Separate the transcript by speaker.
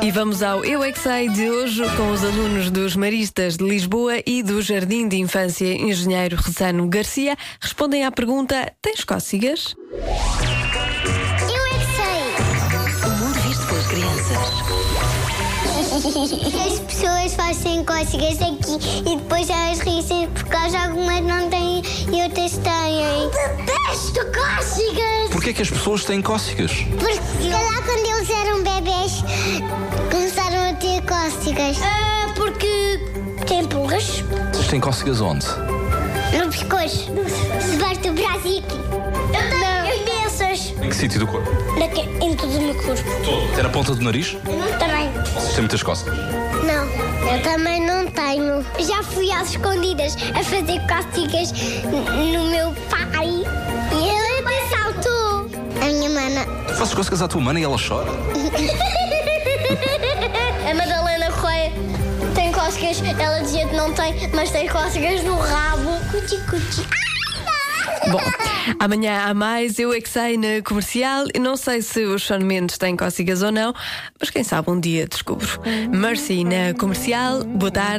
Speaker 1: E vamos ao Eu é que Sei de hoje com os alunos dos Maristas de Lisboa e do Jardim de Infância Engenheiro Rezano Garcia. Respondem à pergunta: Tens cócegas?
Speaker 2: Eu é que sei!
Speaker 3: O mundo visto pelas crianças.
Speaker 2: As pessoas fazem cócegas aqui e depois elas riem por causa algumas não têm e outras têm. Detesto cócegas!
Speaker 4: Porquê é que as pessoas têm cócegas?
Speaker 2: Porque lá quando eles eram bebês começaram a ter cócegas. Ah, porque tem pulgas
Speaker 4: Vocês têm cócegas onde?
Speaker 2: no pescoço, debaixo do braço e aqui. Eu tenho imensas.
Speaker 4: Em que sítio do corpo?
Speaker 2: Em todo o meu corpo.
Speaker 4: Todo. Até na ponta do nariz?
Speaker 2: Também.
Speaker 4: Vocês têm muitas cócegas.
Speaker 2: Não, eu também não tenho. Já fui às escondidas a fazer cócegas n- no meu pai. E ele até saltou. A minha mana.
Speaker 4: Fazes cócegas à tua mana e ela chora?
Speaker 2: a Madalena Correia tem cócegas. Ela dizia que não tem, mas tem cócegas no rabo. Cuti, cuti.
Speaker 1: Bom, amanhã há mais Eu é que Sei na comercial. Eu Não sei se o Sean Mendes tem cócegas ou não, mas quem sabe um dia descubro. Mercy na comercial. Boa tarde.